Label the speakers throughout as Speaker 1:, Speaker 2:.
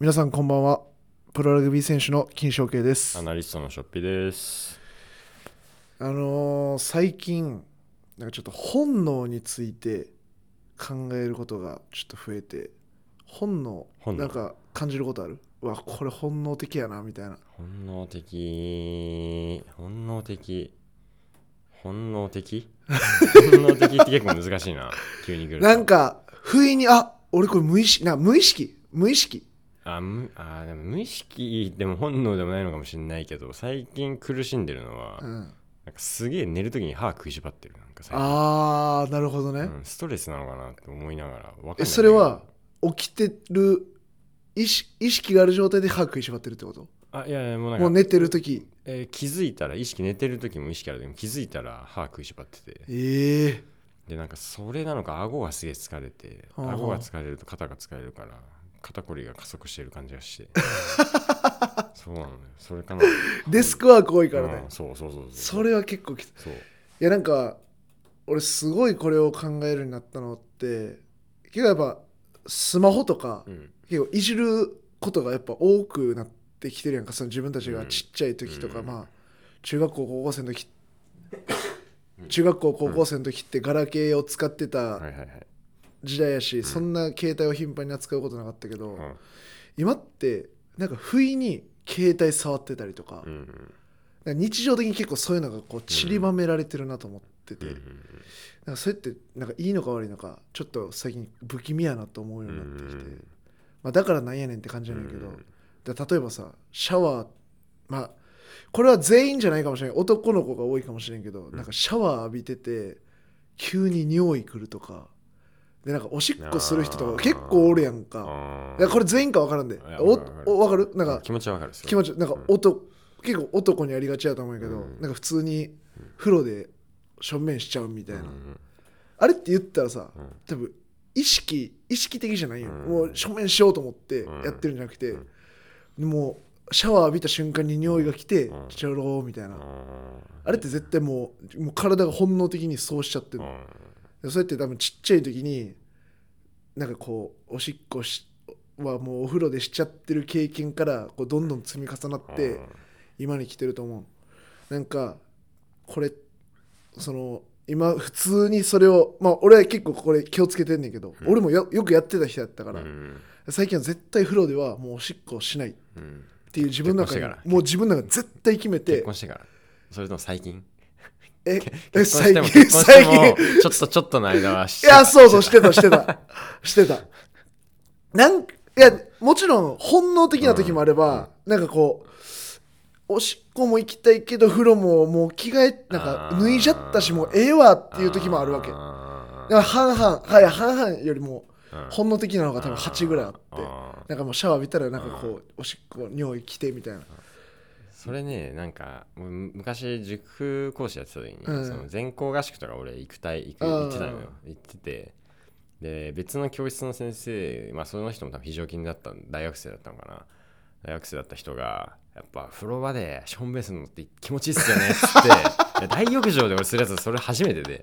Speaker 1: 皆さんこんばんはプロラグビー選手の金正慶です
Speaker 2: ア
Speaker 1: あ
Speaker 2: ナリストのショッピです。
Speaker 1: のー最近なんかちょっと本能について考えることがちょっと増えて本能
Speaker 2: 本能
Speaker 1: なんか感じることあるうわこれ本能的やなみたいな
Speaker 2: 本能的、本能的、本能的本能的って結構難し いな、急に来ると。
Speaker 1: なんか不意にあ俺これ無意識な無意識無意識
Speaker 2: あむあでも無意識でも本能でもないのかもしれないけど、最近苦しんでるのは、
Speaker 1: うん、
Speaker 2: なんかすげえ寝るときに歯食いしばってる。なんか最近
Speaker 1: あーなるほどね、
Speaker 2: うん、ストレスなのかなって思いながらわかんないんだけ
Speaker 1: え
Speaker 2: ど。
Speaker 1: それは起きてる意識意識がある状態で歯食いしばってるってこと
Speaker 2: あいやいやもうなんか
Speaker 1: もう寝てる時
Speaker 2: えー気づいたら意識寝てる時も意識ある時も気づいたら歯食いしばってて
Speaker 1: ええ
Speaker 2: でなんかそれなのか顎がすげえ疲れて
Speaker 1: はあはあ
Speaker 2: 顎が疲れると肩が疲れるから肩こりが加速してる感じがして そうなのよそれかな
Speaker 1: デスクワーク多い
Speaker 2: だ
Speaker 1: からね、
Speaker 2: そうそうそうそう
Speaker 1: それは結構きつい
Speaker 2: そう
Speaker 1: いやなんか俺すごいこれを考えるようになったのって結構やっぱスマホとか
Speaker 2: うん
Speaker 1: 結構いじることがやっぱ多くなってきてるやんかその自分たちがちっちゃい時とか、
Speaker 2: うん
Speaker 1: まあ中学校高校生の時中学校高校生の時ってガラケーを使って
Speaker 2: はいは
Speaker 1: た
Speaker 2: いはい、
Speaker 1: 時代やし、そんな携帯を頻繁に扱うことなかったけど、
Speaker 2: うん
Speaker 1: 今ってなんか不意に携帯触ってたりとか,、
Speaker 2: うんうん
Speaker 1: なんか日常的に結構そういうのがこう散りばめられてるなと思ってて、
Speaker 2: うん
Speaker 1: なんかそれってなんかいいのか悪いのかちょっと最近不気味やなと思うようになってきて、
Speaker 2: うん
Speaker 1: まあ、だからなんやねんって感じなんやけど、
Speaker 2: うん
Speaker 1: だから例えばさシャワーまあこれは全員じゃないかもしれない男の子が多いかもしれんけど、なんかシャワー浴びてて急に尿意くるとかでなんかおしっこする人とか結構おるやんか
Speaker 2: あ
Speaker 1: いやこれ全員か分からんで
Speaker 2: いや
Speaker 1: お
Speaker 2: わかる
Speaker 1: お分かるなんか
Speaker 2: 気持ちはわかるそれ
Speaker 1: 気持ちなんか男、結構男にありがちやと思うんやけど、
Speaker 2: うん
Speaker 1: なんか普通に風呂で正面しちゃうみたいな、
Speaker 2: うん
Speaker 1: あれって言ったらさ、
Speaker 2: うん
Speaker 1: 多分意識意識的じゃないよ、
Speaker 2: うん
Speaker 1: もう正面しようと思ってやってるんじゃなくて、もうシャワー浴びた瞬間に匂いが来て、
Speaker 2: うん
Speaker 1: ちょろーみたいな、
Speaker 2: うん
Speaker 1: あれって絶対もうもう体が本能的にそうしちゃってる、そうやって多分ちっちゃい時になんかこうおしっこしはもうお風呂でしちゃってる経験からこうどんどん積み重なって、
Speaker 2: うん
Speaker 1: 今に来てると思うなんかこれその今普通にそれをまあ俺は結構これ気をつけてんねんけど、
Speaker 2: うん
Speaker 1: 俺もよよくやってた人やったから、
Speaker 2: うん
Speaker 1: 最近は絶対風呂ではもうおしっこをしないっ
Speaker 2: うん
Speaker 1: ていう自分の中に
Speaker 2: 結婚してから
Speaker 1: もう自分の中で絶対決め
Speaker 2: 結
Speaker 1: て
Speaker 2: 婚してからそれとも最近
Speaker 1: え え
Speaker 2: 結婚して
Speaker 1: 最
Speaker 2: も
Speaker 1: 近
Speaker 2: 結婚して
Speaker 1: 最
Speaker 2: も
Speaker 1: 近
Speaker 2: ちょっとちょっとの間はい
Speaker 1: やそうそうしてたして たしてたなんいやもちろん本能的な時もあれば、なんかこうおしっこも行きたいけど風呂ももう着替えなん
Speaker 2: あ
Speaker 1: か
Speaker 2: ー
Speaker 1: 脱いじゃったしもうええわっていう時もあるわけだから半々はい半々よりも本能的なのが多分8ぐらいあって
Speaker 2: て
Speaker 1: なんかもうシャワー浴びたらなんかこうおしっこ尿意来てみたいな
Speaker 2: それねなんかもう昔塾講師やってた時に、
Speaker 1: うん
Speaker 2: その全校合宿とか俺行くたい行く
Speaker 1: あー
Speaker 2: 行ってたのよ行っててで別の教室の先生まあその人も多分非常勤だった大学生だったのかな大学生だった人がやっぱ風呂場でションベースのって気持ちいいっすよねっつっていや大浴場で俺するやつそれ初めてで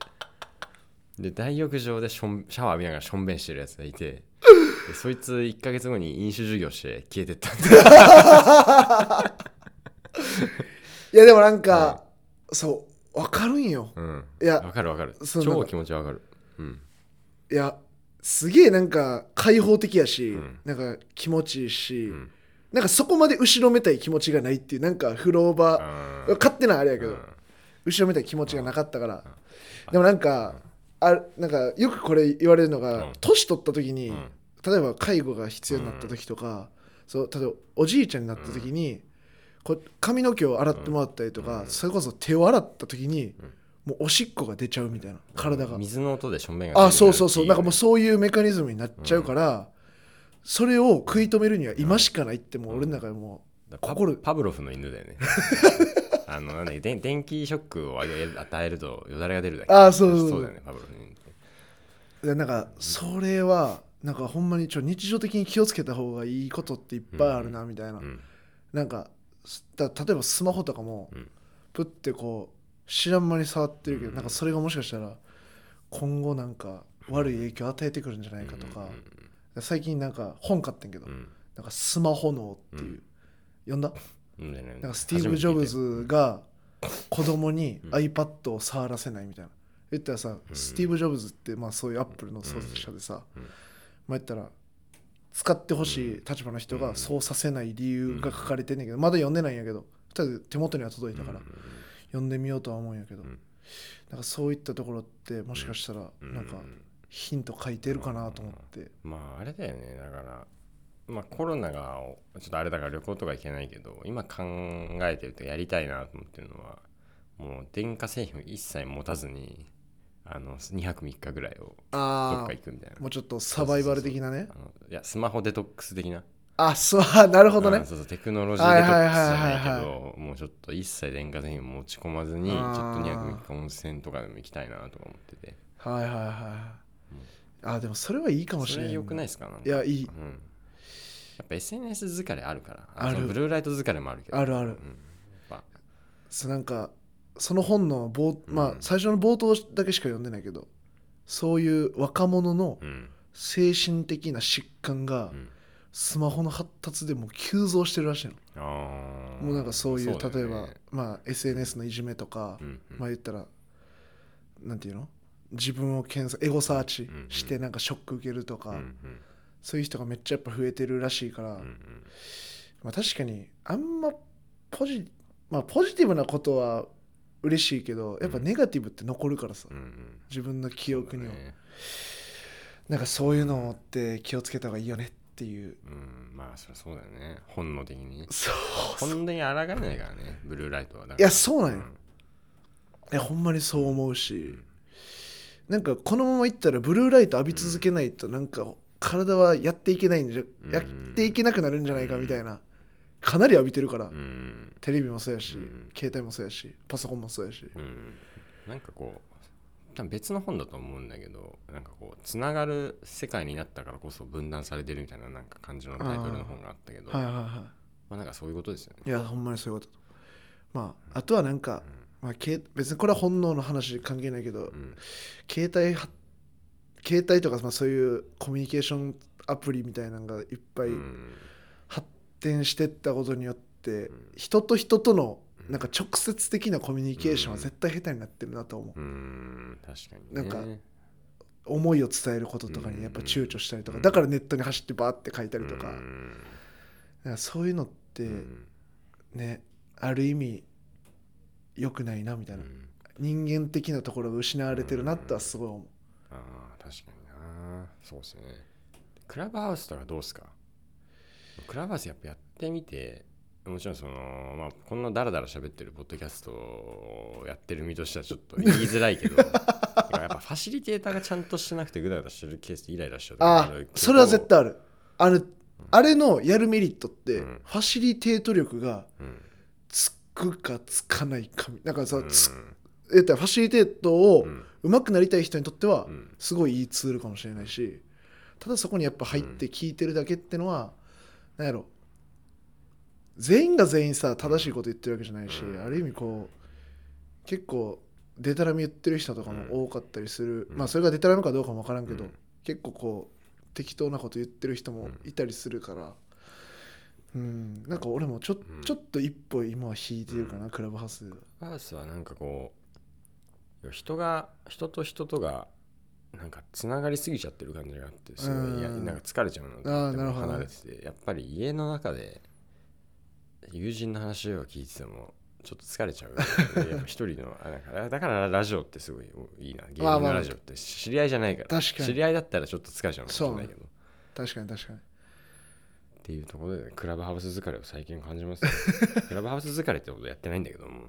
Speaker 2: で大浴場でションシャワー浴びながらしょんべんしてるやつがいてでそいつ1か月後に飲酒授業して消えてったんだよ
Speaker 1: いやでもなんか、そうわかるんよ
Speaker 2: うん
Speaker 1: いや
Speaker 2: わかるわかる
Speaker 1: そうなん
Speaker 2: 超
Speaker 1: か
Speaker 2: 気持ちわかるうん
Speaker 1: いやすげえなんか開放的やし、
Speaker 2: うん
Speaker 1: なんか気持ちいいし、
Speaker 2: うん
Speaker 1: なんかそこまで後ろめたい気持ちがないっていうなんか風呂場、
Speaker 2: あ
Speaker 1: 勝手なあれやけど、
Speaker 2: うん
Speaker 1: 後ろめたい気持ちがなかったから、でもなんか、あなんかよくこれ言われるのが、
Speaker 2: うん
Speaker 1: 年取った時に、
Speaker 2: うん
Speaker 1: 例えば介護が必要になった時とか、そう例えばおじいちゃんになった時に、こう髪の毛を洗ってもらったりとか、
Speaker 2: うん
Speaker 1: それこそ手を洗った時に、
Speaker 2: ん
Speaker 1: もうおしっこが出ちゃうみたいな体が。
Speaker 2: 水の音でしょんべんが
Speaker 1: あそうそうそうなんかもう
Speaker 2: そ
Speaker 1: そういうメカニズムになっちゃうから、それを食い止めるには今しかないってもう俺の中でも心
Speaker 2: パブロフの犬だ よねあのなんだっけで電気ショックをあげ与えるとよだれが出るだけ
Speaker 1: あそうそうそう
Speaker 2: そうだよねパブロフの犬って
Speaker 1: う、でなんかそれはなんかほんまにちょ日常的に気をつけた方がいいことっていっぱいあるなみたいな、
Speaker 2: うん
Speaker 1: なんかすだ例えばスマホとかも
Speaker 2: うん
Speaker 1: プッてこう知らん間に触ってるけど、
Speaker 2: うん
Speaker 1: なんかそれがもしかしたら今後なんか悪い影響を与えてくるんじゃないかとか、最近なんか本買ってんけど、
Speaker 2: うん
Speaker 1: なんかスマホ脳っていう、呼んだ
Speaker 2: うんだよね
Speaker 1: なんかスティーブ・ジョブズが子供に
Speaker 2: うん
Speaker 1: iPad を触らせないみたいな言ったらさ、
Speaker 2: うん
Speaker 1: スティーブ・ジョブズってまあそういうアップルの創設者でさ、
Speaker 2: うん
Speaker 1: まあ言ったら使ってほしい立場の人
Speaker 2: う
Speaker 1: が
Speaker 2: ん
Speaker 1: そうさせない理由が書かれてんねんけどまだ読んでないんやけどただ手元には届い
Speaker 2: だ
Speaker 1: たから
Speaker 2: うん
Speaker 1: 読んでみようとは思うんやけど、
Speaker 2: うん
Speaker 1: なんかそういったところってもしかしたら
Speaker 2: うん
Speaker 1: なんかヒント書いてるかなと思って、
Speaker 2: まああれだよねだからまあコロナがちょっとあれだから旅行とか行けないけど今考えてるとやりたいなと思ってるのはもう電化製品を一切持たずにあの2泊3日ぐらいをど
Speaker 1: あ
Speaker 2: っか
Speaker 1: あ
Speaker 2: 行くみたいな
Speaker 1: もうちょっとサバイバル的なね
Speaker 2: あのいやスマホデトックス的な
Speaker 1: あそうあなるほど
Speaker 2: うん
Speaker 1: ね
Speaker 2: そうそうテクノロジーデトックスじゃないけ
Speaker 1: はいはいはい
Speaker 2: どもうちょっと一切電化製品持ち込まずにちょ
Speaker 1: あー
Speaker 2: っと2泊3日温泉とかでも行きたいなとか思ってて
Speaker 1: はいはいはいあでもそれはいいかもし
Speaker 2: そ
Speaker 1: れな
Speaker 2: れ
Speaker 1: い
Speaker 2: 良くないですかなんか
Speaker 1: いやいい
Speaker 2: うん、やっぱ SNS 疲れあるから
Speaker 1: ある
Speaker 2: そのブルーライト疲れもあるけど
Speaker 1: あるある
Speaker 2: うんやっぱ
Speaker 1: そうなんかその本の冒、
Speaker 2: うん
Speaker 1: まあ最初の冒頭だけしか読んでないけどそういう若者の
Speaker 2: うん
Speaker 1: 精神的な疾患が
Speaker 2: うん
Speaker 1: スマホの発達でもう急増してるらしいの、
Speaker 2: あー
Speaker 1: もうなんかそういう
Speaker 2: だ
Speaker 1: 例え
Speaker 2: よね
Speaker 1: ば、まあ、SNS のいじめとか、
Speaker 2: うんうん
Speaker 1: まあ言ったらなんていうの自分を検査エゴサーチ
Speaker 2: うんうん
Speaker 1: してなんかショック受けるとか、
Speaker 2: うんうん
Speaker 1: そういう人がめっちゃやっぱ増えてるらしいから、
Speaker 2: うんうん
Speaker 1: まあ、確かにあんまポジ,、まあ、ポジティブなことは嬉しいけどやっぱネガティブって残るからさ、
Speaker 2: うんうん
Speaker 1: 自分の記憶には、
Speaker 2: そうだね
Speaker 1: なんかそういうのって気をつけた方がいいよねっていう
Speaker 2: うんまあそりゃそうだよね本能的に
Speaker 1: そうそう
Speaker 2: 本当に抗えないからねブルーライトはだから
Speaker 1: いやそうなんよ
Speaker 2: ん
Speaker 1: いやほんまにそう思うし、なんかこのままいったらブルーライト浴び続けないとなんか体はやっていけないんじゃ、
Speaker 2: うん
Speaker 1: やっていけなくなるんじゃないかみたいな、かなり浴びてるから、
Speaker 2: うん
Speaker 1: テレビもそうやし、
Speaker 2: うん
Speaker 1: 携帯もそうやしパソコンもそうやし、
Speaker 2: うん、なんかこう多分別の本だと思うんだけどなんかこうつながる世界になったからこそ分断されてるみたいななんか感じのタイトルの本があったけど
Speaker 1: はいはいはい
Speaker 2: まあなんかそういうことですよ
Speaker 1: い
Speaker 2: ね。
Speaker 1: やほんまにそういうことまああとはなんか、まあ、け別にこれは本能の話で関係ないけど、
Speaker 2: うん
Speaker 1: 携帯は携帯とか、まあ、そういうコミュニケーションアプリみたいなのがいっぱい
Speaker 2: うん
Speaker 1: 発展してったことによって、
Speaker 2: ん
Speaker 1: 人と人とのなんか直接的なコミュニケーションは絶対下手になってるなと思う、
Speaker 2: うん確かに、
Speaker 1: なん
Speaker 2: ね、
Speaker 1: か思いを伝えることとかにやっぱ躊躇したりとか、
Speaker 2: うん
Speaker 1: だからネットに走ってバーって書いたりとか,、
Speaker 2: うん
Speaker 1: そういうのって
Speaker 2: うん
Speaker 1: ね、ある意味良くないなみた
Speaker 2: う
Speaker 1: いな、
Speaker 2: ん
Speaker 1: 人間的なところが失われてるなとはすごい思う、
Speaker 2: ああ確かになそうですねクラブハウスとかどうですかクラブハウスやっぱやってみてもちろんその、まあ、こんなダラダラ喋ってるポッドキャストをやってる身としてはちょっ と言いづらいけどやっぱファシリテーターがちゃんとしてなくてぐだぐだしてるケースでイライラしちゃうと
Speaker 1: あ
Speaker 2: かいろいろ
Speaker 1: あそれは絶対あるあのあれのやるメリットって、
Speaker 2: うん
Speaker 1: ファシリテート力が
Speaker 2: うん
Speaker 1: つくかつかないかみなんかさ、
Speaker 2: うん
Speaker 1: つえっとファシリテートを
Speaker 2: うん
Speaker 1: 上手くなりたい人にとっては
Speaker 2: うん
Speaker 1: すごいいいツールかもしれないしただそこにやっぱ入って聞いてるだけってのは、なんやろ全員が全員さ正しいこと言ってるわけじゃないし、
Speaker 2: うん
Speaker 1: ある意味こう結構デタラメ言ってる人とかも多かったりする、
Speaker 2: うん
Speaker 1: まあそれがデタラメかどうかも分からんけど、
Speaker 2: うん
Speaker 1: 結構こう適当なこと言ってる人もいたりするから。うん、なんか俺もちょ,、
Speaker 2: うん
Speaker 1: ちょっと一歩今は引いてるかな、クラブハウス
Speaker 2: バースはなんかこう人が人と人とがなんかつながりすぎちゃってる感じがあってすごいいや
Speaker 1: うん
Speaker 2: なんか疲れちゃうの
Speaker 1: あー
Speaker 2: で
Speaker 1: なるほどね
Speaker 2: 離れててやっぱり家の中で友人の話を聞いててもちょっと疲れち ゃうやっぱ一人のあなんかだからラジオってすごいいいな芸
Speaker 1: まあ
Speaker 2: 人
Speaker 1: まあ
Speaker 2: のラジオって知り合いじゃないから
Speaker 1: 確かに
Speaker 2: 知り合いだったらちょっと疲れちゃうのかもしれないけど
Speaker 1: 確かに確かに
Speaker 2: っていうところでクラブハウス疲れを最近感 じますねクラブハウス疲れってことやってないんだけども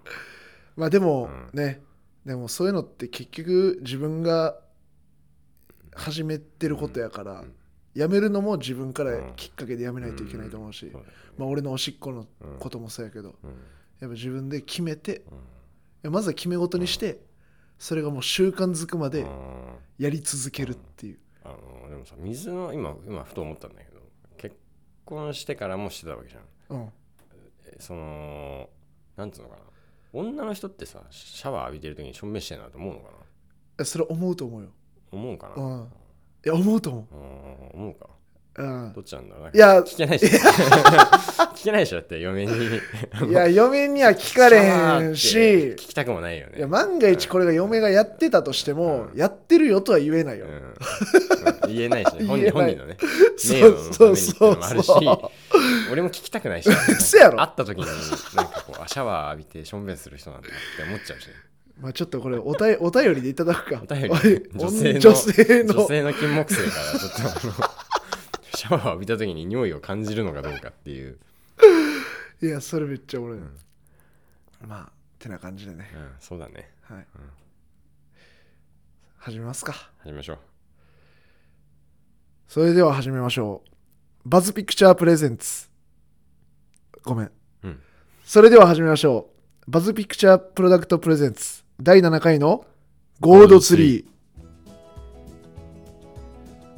Speaker 1: まあでも
Speaker 2: うん
Speaker 1: ね、でもそういうのって結局自分が始めてることやから、
Speaker 2: ん
Speaker 1: やめるのも自分か
Speaker 2: う
Speaker 1: ら
Speaker 2: ん
Speaker 1: きっかけでやめないといけないと思うし、
Speaker 2: そうだね
Speaker 1: まあ、俺のおしっこの
Speaker 2: うん
Speaker 1: こともそうやけど
Speaker 2: うん
Speaker 1: やっぱ自分で決めて
Speaker 2: うん
Speaker 1: まずは決め事にして、それがもう習慣づくまで
Speaker 2: あ
Speaker 1: やり続けるっていう、
Speaker 2: ーあのでもさ水の今今ふと思ったんだけど結婚してからもしてたわけじゃ
Speaker 1: う
Speaker 2: ん
Speaker 1: ん、
Speaker 2: えそのなんつうのかな女の人ってさシャワー浴びてる時にしょんべんしてるなと思うのかな
Speaker 1: それ思うと思うよ、
Speaker 2: 思うかな
Speaker 1: うん、いや思うと思う
Speaker 2: あー思うか
Speaker 1: うん
Speaker 2: どっちなんだろう
Speaker 1: いや
Speaker 2: 聞 けないでしょ聞けないでしょだって嫁に
Speaker 1: いや嫁には聞かれへ ん
Speaker 2: シャーって聞
Speaker 1: し
Speaker 2: きたくもないよね
Speaker 1: いや万が一これが嫁がやってたとしても、
Speaker 2: うん
Speaker 1: やってるよとは言えないよ、
Speaker 2: うんうん言えないしね本
Speaker 1: 言えない
Speaker 2: 人本人のね
Speaker 1: そう
Speaker 2: 名誉のためにってのもあるし
Speaker 1: そうそ
Speaker 2: 俺も聞きたくな いし
Speaker 1: 嘘やろ
Speaker 2: 会った時になんかこうあシャワー浴びてしょんべんする人なんだって思っちゃうしね
Speaker 1: まあちょっとこれおたよお便りでいただくか
Speaker 2: お便り
Speaker 1: お
Speaker 2: 女性の
Speaker 1: 女性の
Speaker 2: 女性の金木犀からちょっとあの シャワーを浴びた時に匂いを感じるのかどうかっていう、
Speaker 1: いやそれめっちゃ俺、
Speaker 2: う
Speaker 1: い
Speaker 2: ん
Speaker 1: まあてな感じでね
Speaker 2: うん、そうだね
Speaker 1: はい、
Speaker 2: うん
Speaker 1: 始めますか
Speaker 2: 始めましょう
Speaker 1: それでは始めましょうバズピクチャープレゼンツごめん、
Speaker 2: うん
Speaker 1: それでは始めましょうバズピクチャープロダクトプレゼンツ第7回のゴールドツリー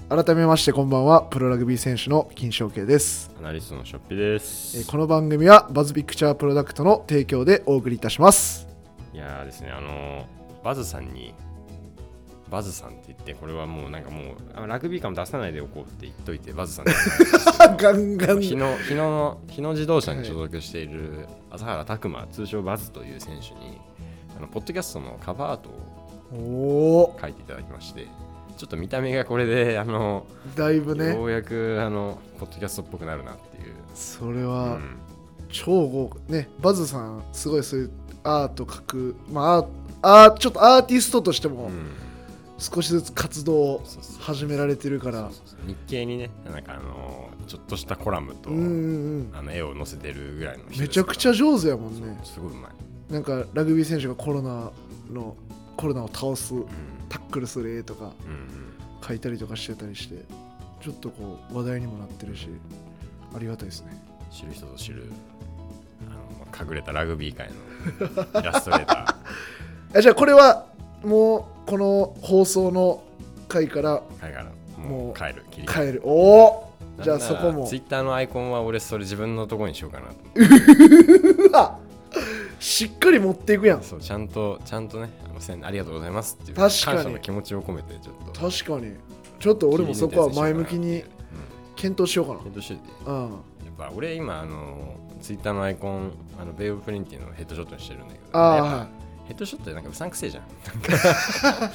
Speaker 1: 改めましてこんばんはプロラグビー選手の金正慶です、
Speaker 2: アナリストのショッピーで
Speaker 1: え
Speaker 2: す
Speaker 1: ーこの番組はバズピクチャープロダクトの提供でお送りいたします
Speaker 2: いやーですね、あのーバズさんに、バズさんって言って、これはもうなんかもう、あラグビー感出さないでおこうって言っといて、バズさん って
Speaker 1: あ ガンガン
Speaker 2: 言って日野日野の日野自動車に所属している朝原拓磨、通称バズという選手に、あのポッドキャストのカバーアートを
Speaker 1: おお
Speaker 2: 書いていただきまして、ちょっと見た目がこれで、あの
Speaker 1: ーだいぶね
Speaker 2: ようやくあのポッドキャストっぽくなるなっていう。
Speaker 1: それ
Speaker 2: う
Speaker 1: は、
Speaker 2: ん
Speaker 1: 超豪華ねバズさんすごいそういうアート描くまああちょっとアーティストとして
Speaker 2: う
Speaker 1: も
Speaker 2: ん
Speaker 1: 少しずつ活動を
Speaker 2: そうそう
Speaker 1: 始められてるから
Speaker 2: そうそうそう日経にね、なんかあのーちょっとしたコラムと、
Speaker 1: うんうん
Speaker 2: あの絵を載せてるぐらいの
Speaker 1: うんめちゃくち
Speaker 2: ゃ
Speaker 1: ゃ上手やもんね
Speaker 2: すごいうまい、
Speaker 1: なんかラグビー選手がコロナのコロナを倒すタックルする絵とか
Speaker 2: うんうん
Speaker 1: 描いたりとかしてたりしてちょっとこう話題にもなってるしありがたいですね
Speaker 2: 知る人ぞ知るあの隠れたラグビー界のイラストレータ
Speaker 1: えじゃあこれはもうこの放送の回から
Speaker 2: ー彼から
Speaker 1: も
Speaker 2: も
Speaker 1: う
Speaker 2: う帰る切り替え
Speaker 1: 変えるおおじゃあそこも
Speaker 2: ツイッターのアイコンは俺それ自分のとこにしようかなと思って
Speaker 1: うわしっかり持っていくやん確
Speaker 2: そうちゃんとちゃんとねあのせんありがとうございますっていう
Speaker 1: 確かに
Speaker 2: 感謝の気持ちを込めてちょっと
Speaker 1: かにちょっと俺もそこは前向きに検討しようか
Speaker 2: ヘッドシュート
Speaker 1: なうん
Speaker 2: やっぱ俺今あのツイッターのアイコンあのベイブプリンティのヘッドショットにしてるんだけど
Speaker 1: ああ
Speaker 2: やっぱ
Speaker 1: は
Speaker 2: ヘッドショットってなんかうさんくせえじゃん。なんか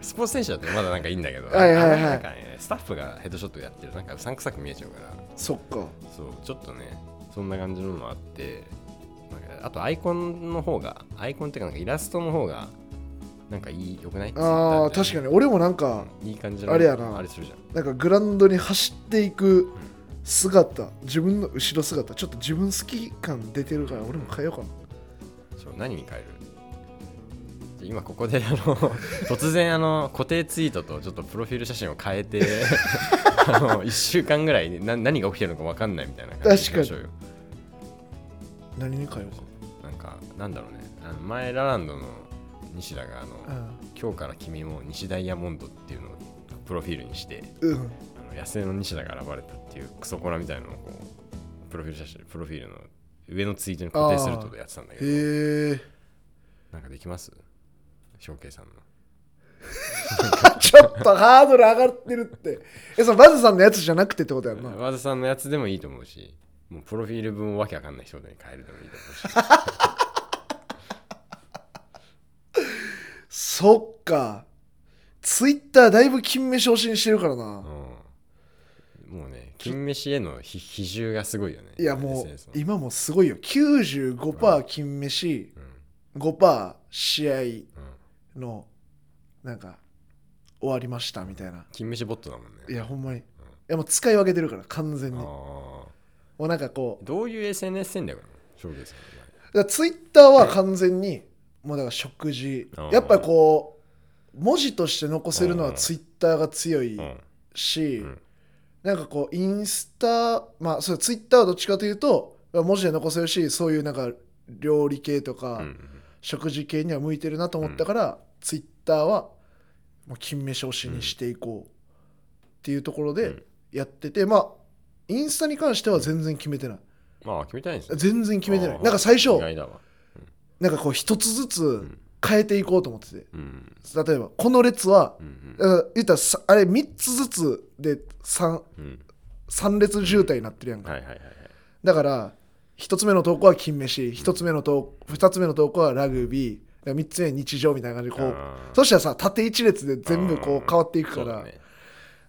Speaker 2: スポーツ選手だとまだなんかいいんだけど、
Speaker 1: はいはいはい
Speaker 2: なんかね、スタッフがヘッドショットやってるとなんかうさんくさく見えちゃうから、
Speaker 1: そっか
Speaker 2: そうちょっとね、そんな感じのもあって、なんかあとアイコンの方が、アイコンっていうかなんかイラストの方が、なんかいい、よくない
Speaker 1: ああ確かに俺もなんか
Speaker 2: に。いい感じの
Speaker 1: あれやな
Speaker 2: あれするじゃん。
Speaker 1: なんかグラウンドに走っていく姿自分の後ろ姿ちょっと自分好き感出てるから俺も変えようかな
Speaker 2: そう何に変えるじゃあ今ここであの 突然あの固定ツイートとちょっとプロフィール写真を変えて あの1週間ぐらいな何が起きてるのか分かんないみたいな感じにしましょうよ
Speaker 1: 何に変えようか
Speaker 2: なんかなんだろうねあの前ラランドの西田があの、今日から君も西ダイヤモンドっていうのをプロフィールにして
Speaker 1: うんうん
Speaker 2: あの野生の西田が現れたっていうクソコラみたいなのをこうプロフィール写真プロフィールの上のツイートに固定するってことやってたんだけど
Speaker 1: へえ
Speaker 2: なんかできます翔慶さんの
Speaker 1: ちょっとハードル上がってるってえそのバズさんのやつじゃなくてってことやんな
Speaker 2: 和田さんのやつでもいいと思うしもうプロフィール分わけわかんない人で変えるでもいいと思 うし
Speaker 1: そっかツイッターだいぶ金飯昇進してるからな、
Speaker 2: うん、もうね金飯への比比重がすごいよね
Speaker 1: いやもう
Speaker 2: SNS の
Speaker 1: 今もうすごいよ95%金飯
Speaker 2: うん
Speaker 1: 5%試
Speaker 2: うん
Speaker 1: 合のなんか終わりましたみたいな
Speaker 2: 金飯ボットだもんね
Speaker 1: いやほんまにいやもう使い分けてるから完全にも
Speaker 2: あ
Speaker 1: うなんかこ
Speaker 2: ーどういう SNS 戦略なの翔慶さん
Speaker 1: うだツイッターは完全にもうだから食事
Speaker 2: あー
Speaker 1: やっぱこう文字として残せるのは
Speaker 2: うん
Speaker 1: ツイッターが強い
Speaker 2: の前
Speaker 1: し、
Speaker 2: うんうん
Speaker 1: なんかこうインスタまあそうツイッターはどっちかというと文字で残せるしそういうなんか料理系とか、
Speaker 2: うんうん
Speaker 1: 食事系には向いてるなと思ったから、ツイッターはもう金飯推しにしていこうっていうところ
Speaker 2: う
Speaker 1: で
Speaker 2: ん
Speaker 1: やってて、まあインスタに関しては全然決めてない
Speaker 2: まあ決めたいんですね
Speaker 1: 全然決めてな
Speaker 2: あ
Speaker 1: い
Speaker 2: ー
Speaker 1: なんか最初
Speaker 2: 意外だわ
Speaker 1: なんかこう一つず
Speaker 2: う
Speaker 1: つ
Speaker 2: ん
Speaker 1: 変えていこうと思ってて
Speaker 2: うん
Speaker 1: 例えばこの列は
Speaker 2: うん
Speaker 1: だから言ったらさあれ3つずつで 3,
Speaker 2: うん
Speaker 1: 3列渋滞になってるやんか、
Speaker 2: はいはいはいはい
Speaker 1: だから1つ目の投稿は金飯1つ目の投2つ目の投稿はラグビーだから3つ目は日常みたいな感じでこう、
Speaker 2: うん
Speaker 1: そしたらさ縦1列で全部こう変わっていく
Speaker 2: そ
Speaker 1: か
Speaker 2: う
Speaker 1: ら、
Speaker 2: だね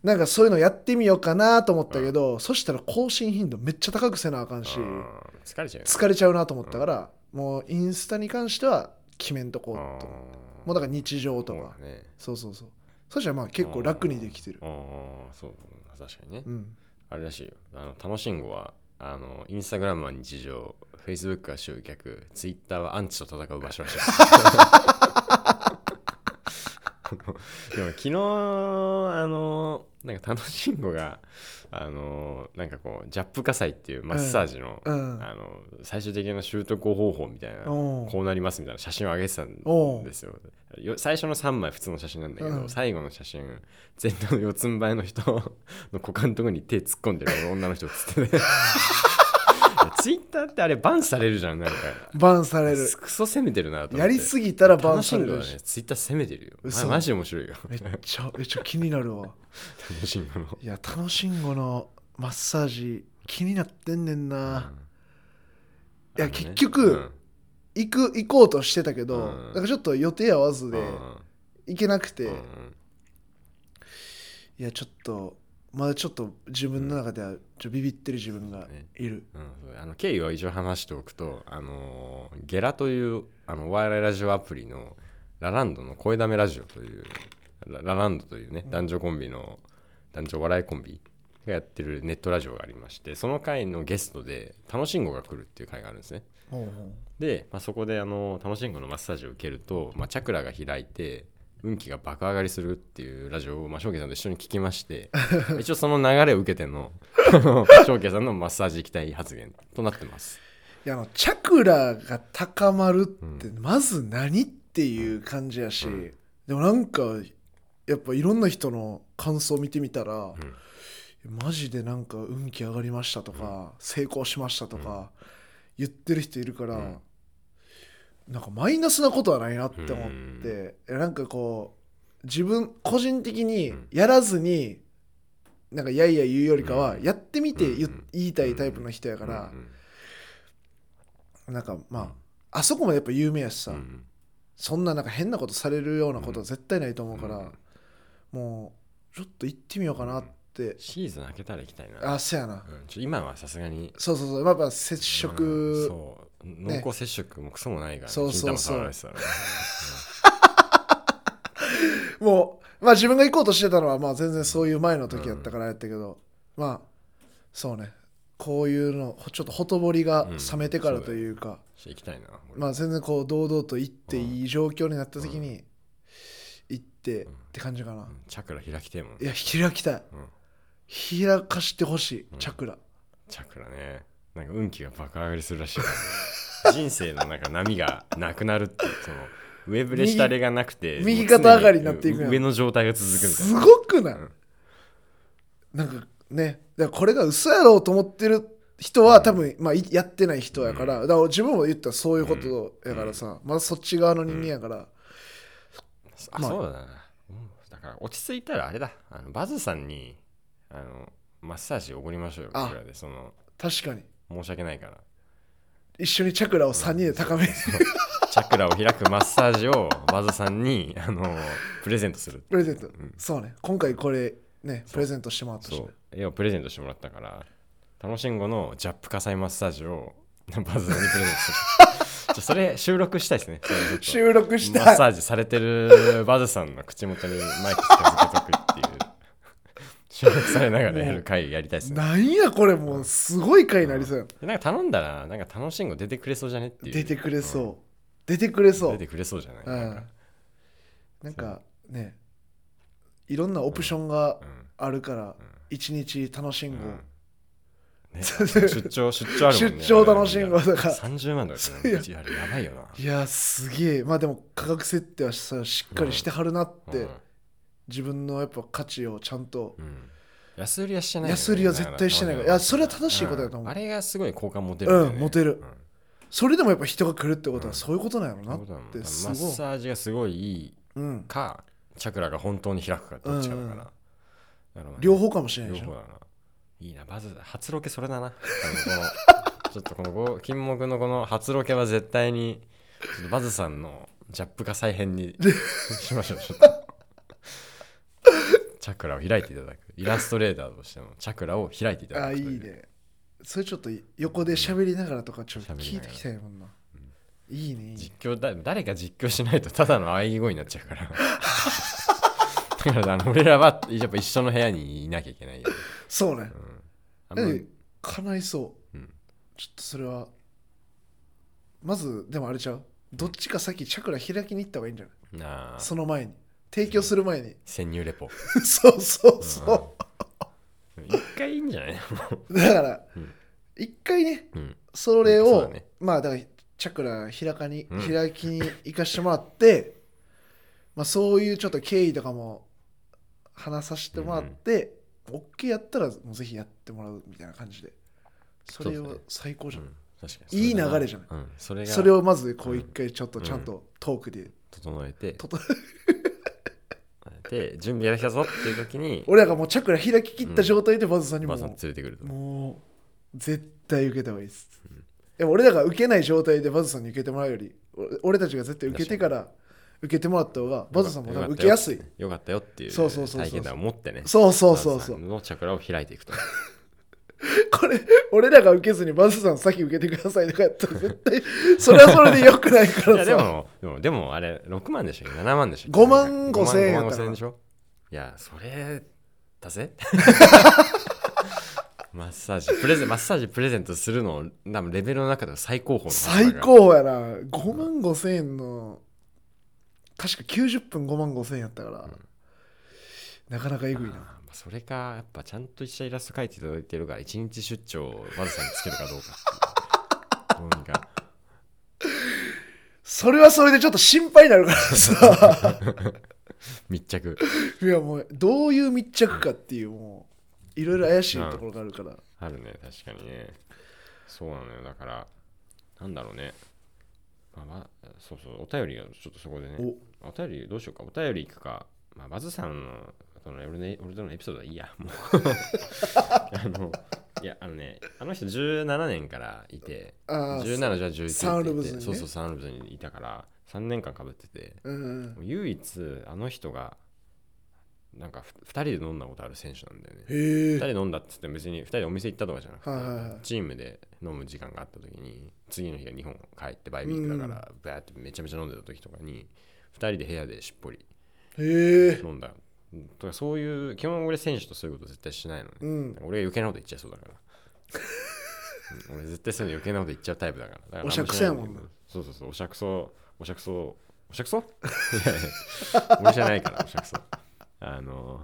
Speaker 1: なんかそういうのやってみようかなと思ったけど、そしたら更新頻度めっちゃ高くせなあかんし、
Speaker 2: うん疲れちゃうよ
Speaker 1: 疲れちゃうなと思ったから、もうインスタに関しては決めんとこう
Speaker 2: うん
Speaker 1: と、もうだから日常と
Speaker 2: そう
Speaker 1: か
Speaker 2: だね
Speaker 1: そうそうそうそしたらまあ結構楽にできてる
Speaker 2: ああそう確かにね
Speaker 1: うん
Speaker 2: あれらしいよあの楽しんごはあのインスタグラムは日常フェイスブックは集客ツイッターはアンチと戦う場所らしいですでも昨日あのなんか楽しんごがあのなんかこうジャップ火災っていうマッサージの、
Speaker 1: うん
Speaker 2: あの最終的な習得方法みたいな
Speaker 1: おう
Speaker 2: こうなりますみたいな写真を上げてた
Speaker 1: お
Speaker 2: ん
Speaker 1: う
Speaker 2: ですよよ最初の3枚普通の写真なんだけど、
Speaker 1: うん
Speaker 2: 最後の写真全頭の四つん這いの人 の股間のところに手突っ込んでる女の人写 ってねツイッターってあれバンされるじゃんなんか
Speaker 1: バンされる
Speaker 2: クソ攻めてるなと思って
Speaker 1: やりすぎたらバン
Speaker 2: 楽し
Speaker 1: され
Speaker 2: んだ
Speaker 1: る
Speaker 2: ね
Speaker 1: し、
Speaker 2: ツイッター攻めてるよ、ま
Speaker 1: 嘘
Speaker 2: マジで面白いよ
Speaker 1: めっちゃめっちゃ気になるわ
Speaker 2: 楽しいもの
Speaker 1: いや楽しんごのマッサージ気になってんねんな、いや
Speaker 2: あのね
Speaker 1: 結局
Speaker 2: うん
Speaker 1: 行く行こうとしてたけど、
Speaker 2: う
Speaker 1: な
Speaker 2: ん
Speaker 1: んかちょっと予定合わずで
Speaker 2: うん
Speaker 1: 行けなくて、
Speaker 2: うん
Speaker 1: いやちょっとまだちょっと自分の中ではちょビビってる自分がいる、
Speaker 2: うん、あの経緯を一応話しておくと、あのーゲラというあのお笑いラジオアプリのラランドの声だめラジオというララランドというね男女コンビの男女お笑いコンビがやってるネットラジオがありましてその回のゲストで楽しんごが来るっていう回があるんですね
Speaker 1: ほうほう
Speaker 2: で、まあ、そこであの楽しんごのマッサージを受けると、まあ、チャクラが開いて運気が爆上がりするっていうラジオを、まあ、翔慶さんと一緒に聞きまして 一応その流れを受けてのあの翔慶さんのマッサージ行きたい発言となってます
Speaker 1: いやあのチャクラが高まるってまず何っていう感じやし、
Speaker 2: うん
Speaker 1: でもなんかやっぱいろんな人の感想を見てみたら、マジでなんか運気上がりましたとか、成功しましたとか言ってる人いるから、
Speaker 2: うん
Speaker 1: なんかマイナスなことはないなって思って、いやなんかこう自分個人的に
Speaker 2: うん
Speaker 1: やらずに、なんかやいや言うよりかは、
Speaker 2: うん
Speaker 1: やってみて言,、
Speaker 2: うん
Speaker 1: 言いたいタイプの人やから。
Speaker 2: うん
Speaker 1: なんかまああそこもやっぱ有名やしさ、
Speaker 2: うん
Speaker 1: そんななんか変なことされるようなことは絶対ないと思うから、
Speaker 2: うん
Speaker 1: もうちょっと行ってみようかなって、
Speaker 2: シーズン開けたら行きたいな、
Speaker 1: あそやな、
Speaker 2: うん、ちょ今はさすがに
Speaker 1: そうそうそうやっぱ接触、
Speaker 2: う
Speaker 1: そう
Speaker 2: んそう濃厚接触もクソもないから、
Speaker 1: そうそうそう
Speaker 2: 金玉触られてたらね
Speaker 1: もうまあ自分が行こうとしてたのはまあ全然そういう前の時やったからやったけど、まあそうねこういうのちょっとほとぼりが冷めてからというか、
Speaker 2: 行きたいな俺
Speaker 1: まあ全然こう堂々と行っていい状況になった時に行ってっ
Speaker 2: うん
Speaker 1: て感じかな、
Speaker 2: うんチャクラ開きてえもん
Speaker 1: いや開きたい
Speaker 2: うん
Speaker 1: 開かしてほしい、
Speaker 2: うん
Speaker 1: チャクラ
Speaker 2: チャクラねなんか運気が爆上がりするらしいよ 人生のなんか波がなくなるっていうそのウェブレ下れがなくて
Speaker 1: 右
Speaker 2: もう常
Speaker 1: 右肩上がりになっていくやん
Speaker 2: 上の状態が続くみたい
Speaker 1: す
Speaker 2: な
Speaker 1: ごくない、
Speaker 2: うん
Speaker 1: なんかねだからこれが嘘やろうと思ってる人は多分、まあ、いやってない人やから,、だから自分も言ったらそういうことやからさ、まだそっち側の人間やから、
Speaker 2: あ
Speaker 1: まあ
Speaker 2: そうだな、うんだから落ち着いたらあれだあのバズさんにあのマッサージおごりましょうよ
Speaker 1: あ
Speaker 2: 僕らでその
Speaker 1: 確かに
Speaker 2: 申し訳ないから
Speaker 1: 一緒にチャクラを3人で高める
Speaker 2: チャクラを開くマッサージをバズさんにあのプレゼントする
Speaker 1: プレゼント、
Speaker 2: ん
Speaker 1: そうね今回これねプレゼントしてもらったしね、
Speaker 2: そう絵をプレゼントしてもらったから楽しんごのジャップ火災マッサージを バズにプレゼントする ちょそれ収録したいですねそれちょっと
Speaker 1: 収録し
Speaker 2: マッ
Speaker 1: た
Speaker 2: サ
Speaker 1: い
Speaker 2: ージされてるバズさんの口元にマイク近づけとくっていう 収録されながらやる回やりたいですね
Speaker 1: なんやこれもうすごい回になりそうや、
Speaker 2: でなんか頼んだらなんか楽しんご出てくれそうじゃねっていう
Speaker 1: 出てくれそう、出てくれそう
Speaker 2: 出てくれそうじゃない、
Speaker 1: う
Speaker 2: なんか
Speaker 1: んなんかねいろんなオプションが
Speaker 2: うん
Speaker 1: あるから一日楽しんご、
Speaker 2: ね 出張出張あるもんね
Speaker 1: 出張楽しんごだから
Speaker 2: 30万だからねうちあれやばいよない
Speaker 1: やすげえまあでも価格設定はさしっかりしてはるなって、
Speaker 2: うん
Speaker 1: 自分のやっぱ価値をちゃんと、
Speaker 2: うん安売りはしてないよね、
Speaker 1: 安売りは絶対してないからい
Speaker 2: だ
Speaker 1: やそれは正しいことだと思うん
Speaker 2: あれがすごい好感持てるんだよね、
Speaker 1: うん持てる
Speaker 2: ん
Speaker 1: それでもやっぱ人が来るってこと
Speaker 2: うん
Speaker 1: はそういうことなんやろ
Speaker 2: そうい
Speaker 1: な
Speaker 2: うことだもん
Speaker 1: ってす
Speaker 2: マ
Speaker 1: ご
Speaker 2: ッ
Speaker 1: い、
Speaker 2: サージがすごいいい
Speaker 1: うん、
Speaker 2: かチャクラが本当に開くかどっちかだか
Speaker 1: う
Speaker 2: ら、
Speaker 1: ん
Speaker 2: なるほどね
Speaker 1: 両方かもしれない
Speaker 2: 両
Speaker 1: じゃん
Speaker 2: 方だないいなまず初ロケそれ だなこのちょっとこのご金目のこの初ロケは絶対にちょっとバズさんのジャップ化再編 にしましょうちょっとチャクラを開いていただくイラストレーターとしてのチャクラを開いていた
Speaker 1: あ
Speaker 2: だ
Speaker 1: あ
Speaker 2: く
Speaker 1: い
Speaker 2: とう
Speaker 1: いねそれちょっと横で喋りながらとかちょっと聞いてきたいもんな、いいねいいね
Speaker 2: 実況だ誰か実況しないとただの喘ぎ声になっちゃうからだからあの俺らはやっぱ一緒の部屋にいなきゃいけないよ、
Speaker 1: そうね
Speaker 2: うんあんま
Speaker 1: え叶いそう、
Speaker 2: うん
Speaker 1: ちょっとそれはまずでもあれちゃうどっちか先チャクラ開きに行った方がいいんじゃない
Speaker 2: なあ
Speaker 1: その前に提供する前に
Speaker 2: 潜入レポ
Speaker 1: そうそうそ
Speaker 2: うん一回いいんじゃない
Speaker 1: うだから
Speaker 2: うん
Speaker 1: 一回ね
Speaker 2: うん
Speaker 1: それ
Speaker 2: そうだ
Speaker 1: を、
Speaker 2: ね
Speaker 1: まあだからチャクラ開かに、
Speaker 2: うん
Speaker 1: 開きに行かしてもらって まあそういうちょっと経緯とかも話させてもらって、OK やったらもうぜひやってもらうみたいな感じでそれ
Speaker 2: そうだ
Speaker 1: は
Speaker 2: ね
Speaker 1: 最高じゃん、
Speaker 2: うん確か
Speaker 1: いい流れじゃない
Speaker 2: そだうん、それが
Speaker 1: それをまずこう
Speaker 2: うん
Speaker 1: 一回ちょっとちゃんとトークで、
Speaker 2: 整えて
Speaker 1: とと
Speaker 2: で準備ができたぞっていう時に
Speaker 1: 俺らがもうチャクラ開ききった状態でバズさんに
Speaker 2: お
Speaker 1: も
Speaker 2: ばあ
Speaker 1: う、
Speaker 2: さん連れてくると
Speaker 1: もう絶対受けた方がいいです、でも俺らが受けない状態でバズさんに受けてもらうよりお俺たちが絶対受けてから受けてもらった方がバズさんも多分受けやすい
Speaker 2: よかったよっていう
Speaker 1: そうそうそうそう
Speaker 2: 体験談を持ってね
Speaker 1: そうそうそうそ
Speaker 2: バズさ
Speaker 1: うん
Speaker 2: のチャクラを開いてい くと
Speaker 1: これ俺らが受けずにバズさん先受けてくださいとかやったら絶対それはそれでよくないか
Speaker 2: い
Speaker 1: ら
Speaker 2: やで
Speaker 1: さ
Speaker 2: もでもでもあれ6万でしょ7万でしょ
Speaker 1: 5万5千円や
Speaker 2: 5万
Speaker 1: った
Speaker 2: 5千
Speaker 1: ら
Speaker 2: 円でしょいやそれだぜ マッサージプレゼンマッサージプレゼントするの多分レベルの中では最高峰の
Speaker 1: 最高やな5万5千円の確か90分5万5千円やったから、なかなかえぐいな
Speaker 2: あーまあそれかやっぱちゃんとしたイラスト描いていただいてるから一日出張をわずさんにつけるかどうかっていうどうにか
Speaker 1: それはそれでちょっと心配になるからさ
Speaker 2: 密着
Speaker 1: いやもうどういう密着かっていうもういろいろ怪しいところがあるから、
Speaker 2: あるね確かにねそうなのよだからなんだろうねまあまあそうそうお便りをちょっとそこでねお便りどうしようかお便り行くか、まあ、バズさんのその俺の俺とのエピソードはいいやもう あのいやあのねあの人17年からいて
Speaker 1: おああ
Speaker 2: 17じゃ19って
Speaker 1: サンウルブズにね
Speaker 2: そうそうサンウルブズにいたから3年間かぶってて
Speaker 1: うんうん
Speaker 2: 唯一あの人がなんか2人で飲んだことある選手なんだよね
Speaker 1: へ
Speaker 2: 2人
Speaker 1: え
Speaker 2: で飲んだっつって別に2人でお店行ったとかじゃなくて、
Speaker 1: はいはいはい
Speaker 2: チームで飲む時間があった時に次の日が日本帰ってバイビークだからバーってめちゃめちゃ飲んでた時とかに2人で部屋でしっぽり
Speaker 1: へえ
Speaker 2: 飲んだとかそういう基本俺選手とそういうこと絶対しないのね、
Speaker 1: うん
Speaker 2: 俺が余計なこと言っちゃいそうだからうん俺絶対そういうの余計なこと言っちゃうタイプだからだから
Speaker 1: おしゃくそやもんな
Speaker 2: そうそうそうおしゃくそおしゃくそおしゃくそいやいや俺じゃないからおしゃくそあの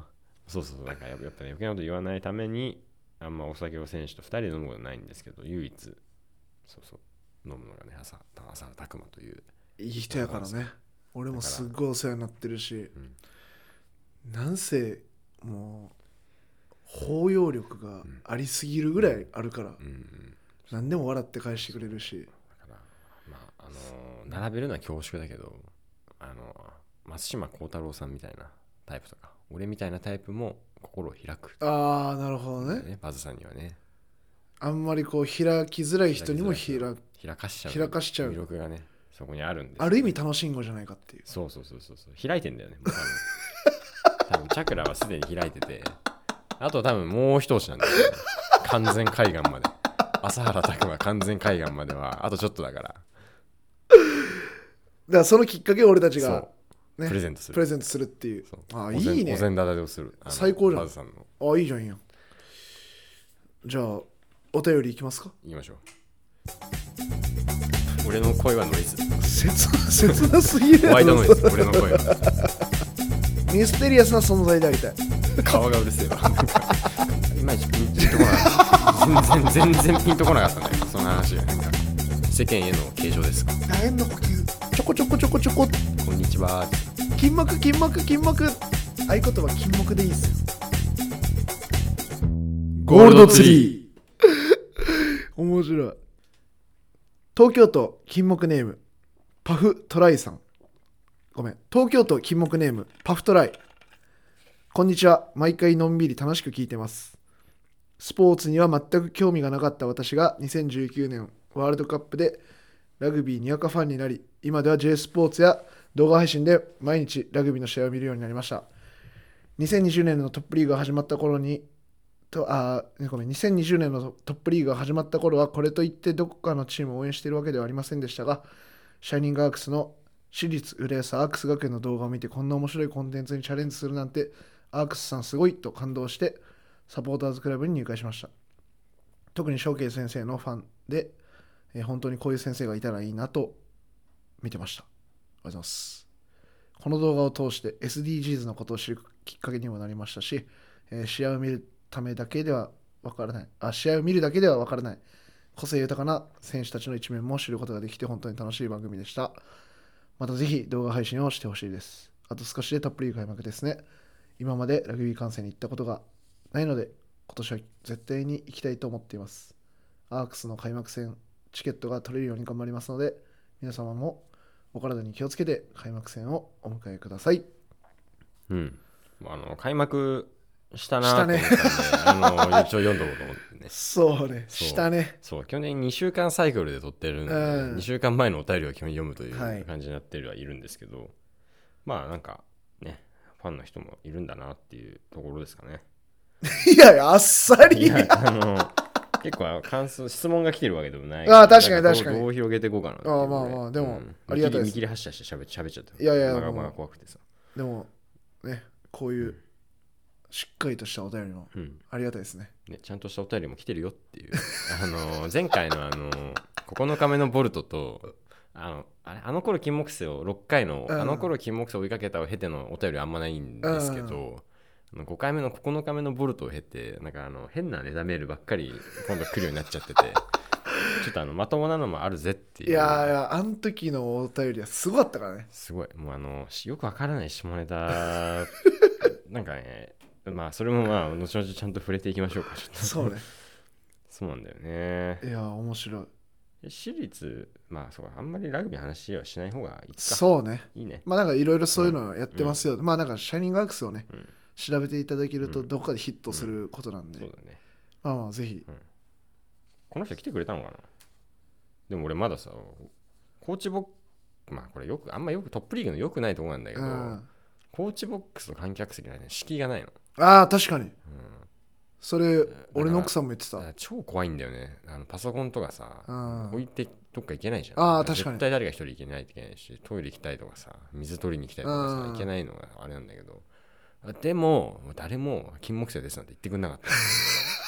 Speaker 2: そうそうそうなんかやっぱやっぱね余計なこと言わないためにあんまお酒を選手と2人で飲むことないんですけど唯一そうそう飲むのがね朝朝田拓磨という
Speaker 1: いい人やからね俺もすっごいお世話になってるし、
Speaker 2: ん
Speaker 1: なんせもう包容力がありすぎるぐらいあるから、
Speaker 2: うんうん
Speaker 1: 何でも笑って返してくれるし
Speaker 2: だからまああの並べるのは恐縮だけどあの松島幸太郎さんみたいなタイプとか俺みたいなタイプも心を開く、
Speaker 1: ああなるほどね
Speaker 2: ね、バズさんにはね
Speaker 1: あんまりこう開きづらい人にも開く
Speaker 2: 開かしちゃう
Speaker 1: 開かしちゃう
Speaker 2: 魅力がねそこにあるんですよ
Speaker 1: ある意味楽しんごじゃないかっていう
Speaker 2: そうそうそうそうそう開いてんだよねもう多分 多分チャクラはすでに開いててあと多分もう一押しなんだよ、ね、完全海岸まで朝原拓磨完全海岸まではあとちょっとだから
Speaker 1: だからそのきっかけを俺たち
Speaker 2: そ
Speaker 1: が
Speaker 2: う、
Speaker 1: ね、
Speaker 2: プレゼントす
Speaker 1: プレ
Speaker 2: る
Speaker 1: ゼントするっていう
Speaker 2: そう
Speaker 1: ああ
Speaker 2: お膳
Speaker 1: いいね
Speaker 2: お膳立てをするあの
Speaker 1: 最高じゃん
Speaker 2: バズさんの
Speaker 1: あいいじゃんいいやんじゃあお便りいきますか
Speaker 2: 行きましょう俺の声はノイズ
Speaker 1: 切切なすぎる
Speaker 2: ホ
Speaker 1: や
Speaker 2: ワイトノイズ
Speaker 1: ろ
Speaker 2: 俺の声は
Speaker 1: ミステリアスな存在でありたい
Speaker 2: 顔がうるせえわいまいちピンとこなかった全然全然ピンとこなかったねその話がなんか世間への警鐘ですか
Speaker 1: 楕円の呼吸ちょこちょこちょこちょこ
Speaker 2: こんにちは
Speaker 1: 筋膜筋膜筋膜合言葉筋膜でいいっすよ
Speaker 2: ゴールドツリ
Speaker 1: ー 面白い東京都金木ネームパフトライさんごめん東京都金木ネームパフトライこんにちは毎回のんびり楽しく聞いてますスポーツには全く興味がなかった私が2019年ワールドカップでラグビーにわかファンになり今では J スポーツや動画配信で毎日ラグビーの試合を見るようになりました2020年のトップリーグが始まった頃にとあーごめん2020年のトップリーグが始まった頃はこれといってどこかのチームを応援しているわけではありませんでしたがシャイニングアークスの私立浦安アークス学園の動画を見てこんな面白いコンテンツにチャレンジするなんてアークスさんすごいと感動してサポーターズクラブに入会しました特にショウケイ先生のファンで、えー本当にこういう先生がいたらいいなと見てましたありがとうございますこの動画を通して SDGs のことを知るきっかけにもなりましたし、えー試合を見るためだけではわからないあ試合を見るだけではわからない個性豊かな選手たちの一面も知ることができて本当に楽しい番組でしたまたぜひ動画配信をしてほしいですあと少しでたっぷり開幕ですね今までラグビー観戦に行ったことがないので今年は絶対に行きたいと思っていますアークスの開幕戦チケットが取れるように頑張りますので皆様もお体に気をつけて開幕戦をお迎えください
Speaker 2: うん。あの、開幕したな
Speaker 1: した
Speaker 2: と思
Speaker 1: ね
Speaker 2: ったんで、あの、一応読んどこうと思ってね。
Speaker 1: そうね
Speaker 2: そう
Speaker 1: したね
Speaker 2: そう、去年2週間サイクルで撮ってるんで、
Speaker 1: うん
Speaker 2: 2週間前のお便りを基本読むとい
Speaker 1: はいう
Speaker 2: 感じになってるはいるんですけど、まあなんかね、ファンの人もいるんだなっていうところですかね。
Speaker 1: いやいやあっさ
Speaker 2: い
Speaker 1: り
Speaker 2: や、あの、結構感想、質問が来てるわけでもない
Speaker 1: あー確かに
Speaker 2: なんどう
Speaker 1: 確かに
Speaker 2: どう広げていこうかなっていう
Speaker 1: あーまあまあでも
Speaker 2: うん
Speaker 1: ありがたいです
Speaker 2: 見切り見切り発車してしゃべっちゃった。
Speaker 1: いやいや
Speaker 2: まが
Speaker 1: もう
Speaker 2: まが怖くてさ。
Speaker 1: でもねこういうしっかりとしたお便りも
Speaker 2: うん
Speaker 1: ありがたいですね
Speaker 2: ね、ちゃんとしたお便りも来てるよっていうあの前回のあの9日目のボルトとあのあれあの頃金木犀を6回の、
Speaker 1: うん
Speaker 2: あの頃金木犀を追いかけたを経てのお便りはあんまないんですけど、あの5回目の9日目のボルトを経てなんかあの変なネタメールばっかり今度来るようになっちゃっててちょっとあのまともなのもあるぜっていう
Speaker 1: いやいやあの時のお便りはすごかったからね
Speaker 2: すごいもうあのしよくわからない下ネタ なんかねまあそれもまあ後々ちゃんと触れていきましょうかちょっと
Speaker 1: そう ね
Speaker 2: そうなんだよね
Speaker 1: いや面白い
Speaker 2: 私立まあそうかあんまりラグビーの話はしない方がいいか
Speaker 1: そうね
Speaker 2: いいね
Speaker 1: まあなんかいろいろそういうのをやってますよ、まあなんかシャイニングアークスをね、
Speaker 2: うん
Speaker 1: 調べていただけると
Speaker 2: うん
Speaker 1: どっかでヒットすることなんで、
Speaker 2: そうだね
Speaker 1: まあまあぜひ
Speaker 2: この人来てくれたのかなでも俺まださコーチボックスまあこれよくあんまよくトップリーグのよくないとこなんだけ
Speaker 1: う
Speaker 2: ど、
Speaker 1: ん
Speaker 2: コーチボックスの観客席なんて敷居がないの、
Speaker 1: ああ確かに
Speaker 2: うん
Speaker 1: それ俺の奥さんも言ってた
Speaker 2: だから超怖いんだよねあのパソコンとかさ、
Speaker 1: うん
Speaker 2: 置いてどっか行けないじゃん
Speaker 1: あー確かに
Speaker 2: 絶対誰か一人行けないといけないしトイレ行きたいとかさ水取りに行きたいとかさ、
Speaker 1: うん
Speaker 2: 行けないのがあれなんだけどでも誰も金木犀ですなんて言ってくれなか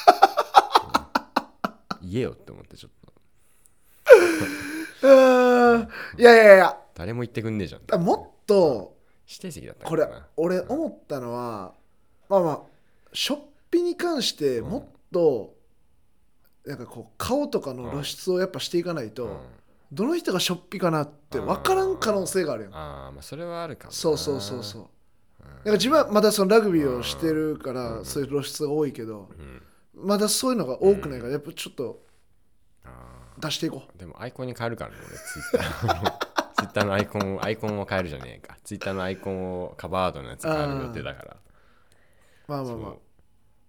Speaker 2: った、うん言えよって思ってちょっ
Speaker 1: う
Speaker 2: と
Speaker 1: ーんいやいやいや
Speaker 2: 誰も言ってくんねえじゃん
Speaker 1: だもっと
Speaker 2: 指定席だった
Speaker 1: こ
Speaker 2: から
Speaker 1: れ
Speaker 2: な
Speaker 1: 俺思ったのはまあまあショッピに関してもっとなんかこう顔とかの露出をやっぱしていかないと、
Speaker 2: うん
Speaker 1: どの人がショッピかなって分からん可能性があるよ、
Speaker 2: ああまあそれはあるかもな
Speaker 1: そうそうそうそう
Speaker 2: うん
Speaker 1: なんか自分はまだそのラグビーをしてるか
Speaker 2: う
Speaker 1: ら
Speaker 2: ん
Speaker 1: そういう露出が多いけど
Speaker 2: うん
Speaker 1: まだそういうのが多くないからやっぱちょっと
Speaker 2: あー
Speaker 1: 出していこ
Speaker 2: でもアイコンに変えるからね、俺ツイッターの。 ツイッターのアイコンを、アイコンを変えるじゃねえか。ツイッターのアイコンをカバーアートのやつ変える予定だから。
Speaker 1: うまあま
Speaker 2: そ
Speaker 1: あ
Speaker 2: う
Speaker 1: まあ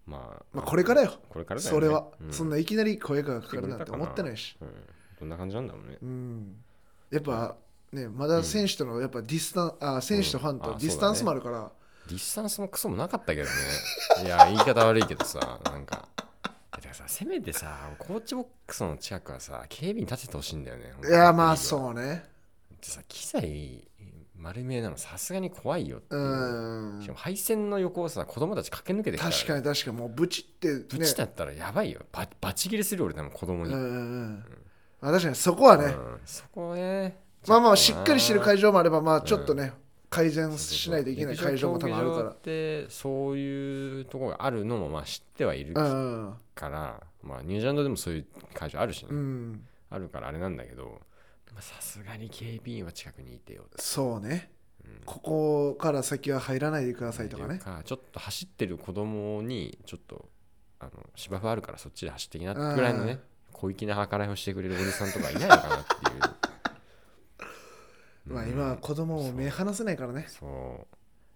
Speaker 2: まあ、
Speaker 1: まあこれからよ
Speaker 2: これからだよ
Speaker 1: そ
Speaker 2: ね
Speaker 1: れは
Speaker 2: う
Speaker 1: そんないきなり声がかかるなんて思ってないし、
Speaker 2: うんどんな感じなんだろうね。
Speaker 1: うん、やっぱねまだ選手とのやっぱディスタンあ選手とファン
Speaker 2: うん
Speaker 1: と
Speaker 2: あ
Speaker 1: ディスタンスもあるから
Speaker 2: ディスタンスもクソもなかった けどね。いや、言い方悪いけどさ、なんか。だからさ、せめてさ、コーチボックスの近くはさ、警備に立ててほしいんだよね。
Speaker 1: いやまあ
Speaker 2: う。
Speaker 1: そうね
Speaker 2: でさ、機材丸見えなのさすがに怖いよって
Speaker 1: う
Speaker 2: いう。
Speaker 1: ん
Speaker 2: しかも配線の横をさ、子供たち駆け抜けてきたら
Speaker 1: 確かに確かにもうブチってね
Speaker 2: ぶちだったらやばいよ。ばバチ切れするよ俺多分子供
Speaker 1: う
Speaker 2: に。
Speaker 1: んう
Speaker 2: うん
Speaker 1: んうんまあ確かにそこはね、
Speaker 2: そこね。
Speaker 1: まあまあ
Speaker 2: ち
Speaker 1: しっ
Speaker 2: ょとな
Speaker 1: かりしてる会場もあればまあちょっとね、改善しないといけない会場も多分ある
Speaker 2: 陸上競
Speaker 1: か
Speaker 2: 技場ってそういうとこがあるのもまあ知ってはいる
Speaker 1: らうん
Speaker 2: から、まあニュージーランドでもそういう会場あるしね、
Speaker 1: うん
Speaker 2: あるからあれなんだけど、まあさすがに警備員は近くにいてよ。
Speaker 1: そうねここから先は入らないでくださいとか
Speaker 2: っ
Speaker 1: ね
Speaker 2: ていうちょっと走ってる子供にちょっとあの芝生あるからそっちで走ってきなぐらいのね、小粋な計らいをしてくれるおじさんとかいないのかなっていう。
Speaker 1: まあ今は子供も目離せないからね
Speaker 2: そう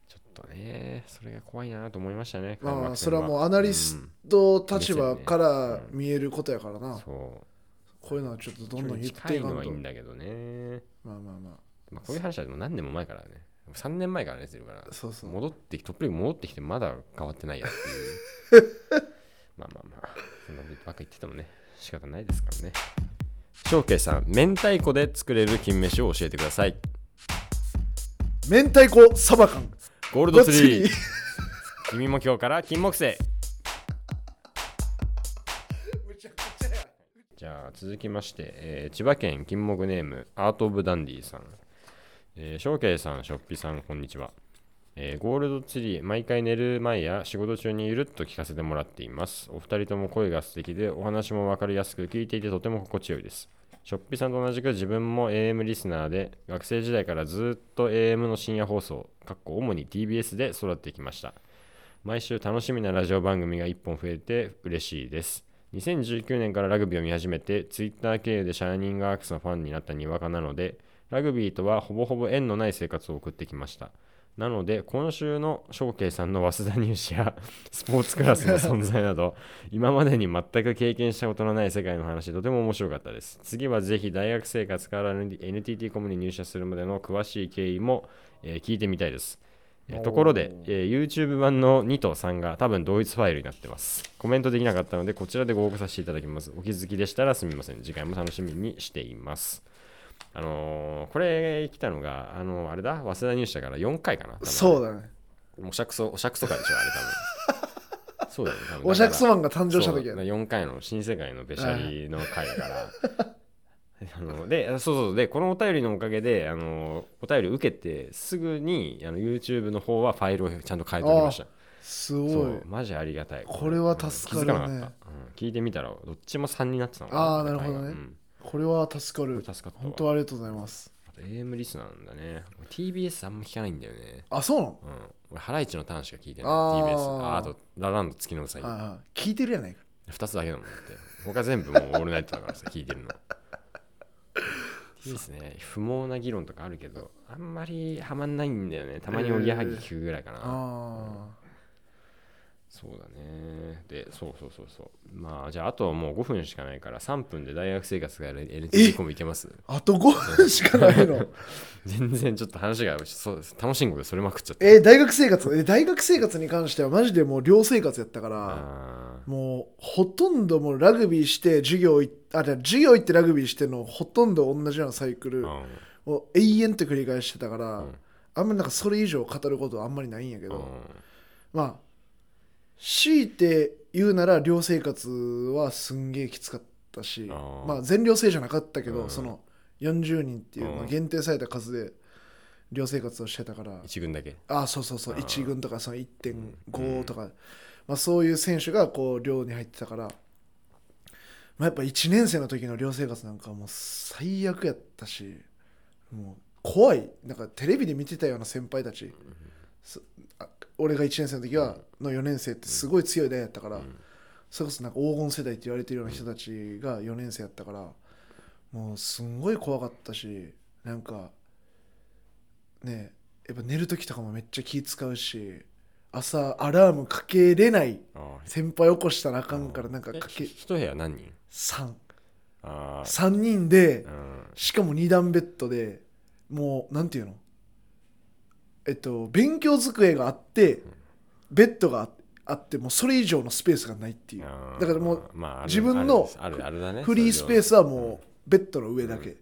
Speaker 2: ちょっとねそれが怖いなと思いましたね
Speaker 1: まあそれ
Speaker 2: 開幕戦
Speaker 1: はもうアナリスト立場から
Speaker 2: うん
Speaker 1: 見えることやからな、
Speaker 2: うんそ
Speaker 1: こういうのはちょっと
Speaker 2: う
Speaker 1: どんどん言っ
Speaker 2: 近
Speaker 1: てい
Speaker 2: い
Speaker 1: かん
Speaker 2: の
Speaker 1: と
Speaker 2: はいいんだけどね、
Speaker 1: まあまあま
Speaker 2: まあ、こういう話はでも何年も前からね3年前からねするから
Speaker 1: あそうそう
Speaker 2: 戻ってきトップリーグ戻ってきてまだ変わってないやっていう まあまあまあそんなことばっか言っててもね仕方ないですからね翔慶さん明太子で作れる金飯を教えてください
Speaker 1: 明太子サバ缶
Speaker 2: ゴール
Speaker 1: ご
Speaker 2: ド
Speaker 1: っ
Speaker 2: ツ
Speaker 1: つ
Speaker 2: リ
Speaker 1: り
Speaker 2: ー君も今日から金木犀じゃあ続きまして、えー千葉県金木ネームアート・オブ・ダンディさん、えー、ショウケイさん、ショッピさん、こんにちは、えーゴールドツリー、毎回寝る前や仕事中にゆるっと聞かせてもらっています。お二人とも声が素敵で、お話もわかりやすく聞いていてとても心地よいです。ショッピさんと同じく自分も AM リスナーで、学生時代からずっと AM の深夜放送、かっこ主に TBS で育ってきました。毎週楽しみなラジオ番組が1本増えて嬉しいです。2019年からラグビーを見始めて、ツイッター経由でシャーニングアークスのファンになったにわかなので、ラグビーとはほぼほぼ縁のない生活を送ってきました。なので、今週の翔慶さんの早稲田入試や スポーツクラスの存在など、今までに全く経験したことのない世界の話、とても面白かったです。次はぜひ大学生活から NTT コムに入社するまでの詳しい経緯も、えー聞いてみたいです。えー
Speaker 1: おー
Speaker 2: ところで、えー YouTube 版の2と3が多分同一ファイルになってます。コメントできなかったので、こちらでご応募させていただきます。お気づきでしたらすみません。次回も楽しみにしています。あのーこれ来たのが、あのーあれだ、早稲田入試だから4回かな。多分
Speaker 1: そうだね
Speaker 2: おしゃくそ、おしゃくそかでしょ、あ れ多分。そうだよね、多分
Speaker 1: おしゃくそマ
Speaker 2: だ
Speaker 1: ンが誕
Speaker 2: から
Speaker 1: 生した時や
Speaker 2: そう
Speaker 1: ね
Speaker 2: 4回の新世界のべしゃりの回だから。 あのでそうそうでこのお便りのおかげであのお便り受けてすぐにあの YouTube の方はファイルをちゃんと変えておきました
Speaker 1: すごい
Speaker 2: そうマジありがたい
Speaker 1: これは助かるね
Speaker 2: うん気づかなかった、うん聞いてみたらどっちも3になってたの
Speaker 1: あーなるほどね
Speaker 2: うん
Speaker 1: これは助かる
Speaker 2: これ助かったわ
Speaker 1: 本当ありがとうございます
Speaker 2: あと AM リスナーなんだね俺 TBS あんま聞かないんだよね
Speaker 1: あそうなの
Speaker 2: うん俺ハライチのターンしか聞いてない
Speaker 1: あー
Speaker 2: TBS ああとラランド月のうさぎ
Speaker 1: はいはい聞いてるやないか
Speaker 2: 2つだけだもんだって他全部もうオールナイトだからさ聞いてるのいいですね不毛な議論とかあるけどあんまりはまんないんだよねたまにおぎやはぎ聞くぐらいかな、
Speaker 1: あ
Speaker 2: そうだねでそうそうそうそうまあじゃああともう5分しかないから3分で大学生活が NTT コムいけます
Speaker 1: ああと5分しかないの
Speaker 2: 全然ちょっと話がそう楽しいことでそれまくっちゃった
Speaker 1: え大学生活え大学生活に関してはマジでもう寮生活やったから
Speaker 2: あー
Speaker 1: もうほとんどもうラグビーして授業いあじゃあ授業行ってラグビーしてのほとんど同じようなサイクル
Speaker 2: うん
Speaker 1: を永遠と繰り返してたから、
Speaker 2: ん
Speaker 1: あんまりなんかそれ以上語ることはあんまりないんやけど、
Speaker 2: うん
Speaker 1: まあ強いて言うなら寮生活はすんげえきつかったし
Speaker 2: あー
Speaker 1: まあ全寮制じゃなかったけど、
Speaker 2: うん
Speaker 1: その40人っていう、
Speaker 2: うん
Speaker 1: まあ、限定された数で寮生活をしてたから
Speaker 2: 一軍だけ
Speaker 1: あーそうそうそう
Speaker 2: うん
Speaker 1: 1軍とかその1.5とか、まあ、そういう選手がこう寮に入ってたから、まあ、やっぱ1年生の時の寮生活なんかはもう最悪やったしもう怖いなんかテレビで見てたような先輩たち、そあ俺が1年生の時はの4年生ってすごい強い代やったから、それこそなんか黄金世代って言われてるような人たちが4年生やったからもうすんごい怖かったしなんかねやっぱ寝る時とかもめっちゃ気使うし朝アラームかけれない
Speaker 2: あー
Speaker 1: 先輩起こしたらあかんからなんか
Speaker 2: え
Speaker 1: かけ
Speaker 2: ひ一部屋何人
Speaker 1: 33
Speaker 2: ああ
Speaker 1: 人で
Speaker 2: うん
Speaker 1: しかも2段ベッドでもうなんていうのえっと勉強机があってベッドがああってもうそれ以上のスペースがないっていう
Speaker 2: あー
Speaker 1: だからもう
Speaker 2: まあある
Speaker 1: 自分の
Speaker 2: あるあるだね
Speaker 1: フリースペース
Speaker 2: は
Speaker 1: はもうベッドの上だけ、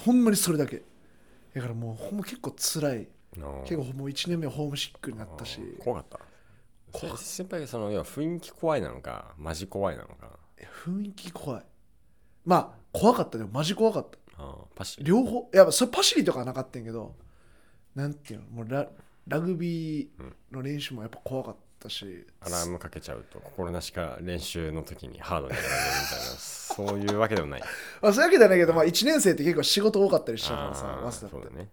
Speaker 1: ほんまにそれだけだからもうほんま結構辛い結構もう1年目はホームシックになったし
Speaker 2: 怖かった
Speaker 1: 怖か
Speaker 2: 先輩がその要は雰囲気怖いなのかマジ怖いなのか
Speaker 1: いや雰囲気怖いまあ怖かったでもマジ怖かった
Speaker 2: あーパシリ
Speaker 1: 両方いやそれパシリとかはなかったんやけどなんていうのもうララグビーの練習もやっぱ怖かったし、
Speaker 2: アラームかけちゃうと心なしか練習の時にハードにやられるみたいなそういうわけ でもない
Speaker 1: まあ、そういうわけじゃないけど、まあ、1年生って結構仕事多かったりしたからさ
Speaker 2: あー
Speaker 1: 早稲田って
Speaker 2: そうだね